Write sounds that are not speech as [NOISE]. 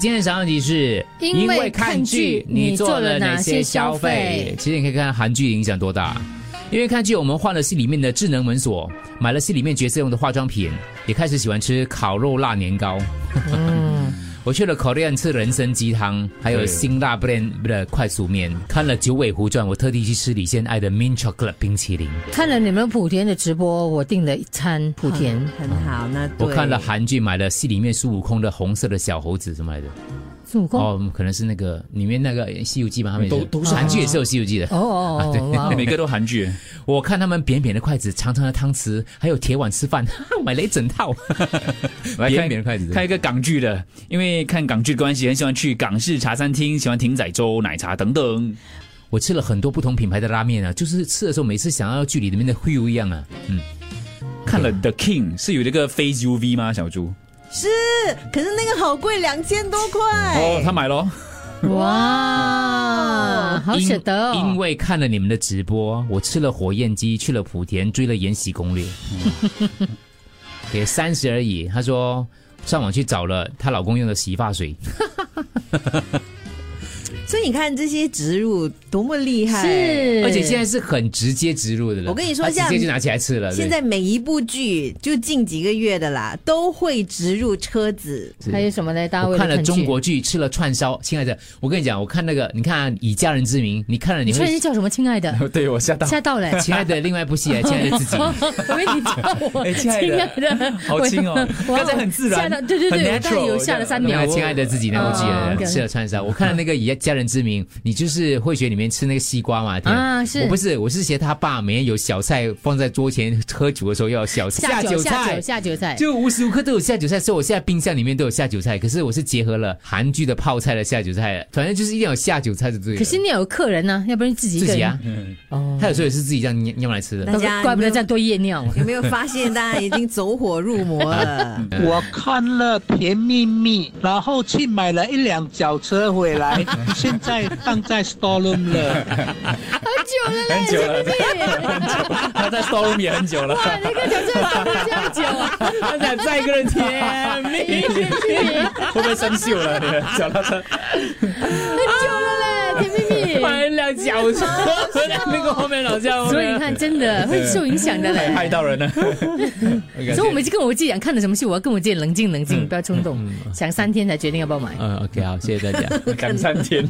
今天的小问题是因为看剧你做了哪些消费其实你可以看看韩剧影响多大。因为看剧，我们换了戏里面的智能门锁，买了戏里面角色用的化妆品，也开始喜欢吃烤肉辣年糕。 [LAUGHS] 我去了 Korean 吃人参鸡汤，还有对辛辣 brand 的快速面。看了《九尾狐传》，我特地去吃李现爱的 Mint Chocolate 冰淇淋。看了你们莆田的直播，我订了一餐莆田。很好，那对我看了韩剧，买了戏里面孙悟空的红色的小猴子什么来着？孙悟空。哦哦，可能是那个里面那个《西游记》吧，他们也都都是韩剧也是有《西游记》的。哦哦，哇哦每个都韩剧， [LAUGHS] 我看他们扁扁的筷子、长长的汤匙，还有铁碗吃饭， [LAUGHS] 买了一整套。我来看扁扁的筷子，看一个港剧的，因为看港剧的关系，很喜欢去港式茶餐厅，喜欢艇仔粥、奶茶等等。 [LAUGHS] 我吃了很多不同品牌的拉面啊，就是吃的时候每次想要剧里里面的 feel 一样啊。嗯，看了《The King》是有那个 Face UV 吗？小猪是， [LAUGHS] 可是那个好贵，两千多块。哦，他买咯。哇，好因舍得哦！因为看了你们的直播，我吃了火焰鸡，去了莆田，追了《延禧攻略》嗯给三十而已。她说上网去找了她老公用的洗发水，所以你看这些植入多么厉害，。是，而且现在是很直接植入的了。我跟你说她像直接就拿起来吃了。对现在每一部剧，就近几个月的啦，都会植入车子。是还有什么呢？大家我为看了看剧中，国剧，吃了串烧，亲爱的，我跟你讲，我看那个，你看啊、以家人之名，你看了你你突然会间叫什么？亲爱的，对我吓到吓到嘞！亲爱的另外一部 [LAUGHS] 戏啊，亲爱的自己。我以为你叫我哎亲亲爱的爱的，好轻哦我刚才很自然吓到对对对，很我大概 natural，有吓了三秒那。个亲爱的自己那部剧哦啊，OK 吃了串烧，我看了那个以家人之名，你就是会学里面吃那个西瓜嘛？天啊是我不是，我是学他爸每天有小菜放在桌前，喝酒的时候要有小下酒酒下菜酒。下酒菜，就无时无刻都有下酒菜，所以我现在冰箱里面都有下酒菜。可是我是结合了韩剧的泡菜的下酒菜，反正就是一定要有下酒菜就对了。可是你要有客人呢，要不然自己一个自人己啊，哦，他有时候也是自己这样尿尿来吃的。大家怪不得这样多夜尿。有没有发现大家已经走火入魔了？我看了《甜蜜蜜》，然后去买了一辆脚车回来，现在放在 storeroom 了。久了很久了，他在 Storm 也很久了。那个酒菜放这样久啊，他想再一个人 [LAUGHS] 甜蜜，会不会生锈了？你们小拉车很久了嘞，甜 [LAUGHS] 蜜蜜。买了脚 [LAUGHS] [LAUGHS] 车，那个后面老笑所以你看，真的会受影响的害嘞。到人了。所以我每次跟我自己讲看了什么戏，我要跟我自己冷静冷静，不要冲动，想三天才决定要不要买。嗯，OK，好，谢谢大家。赶三天。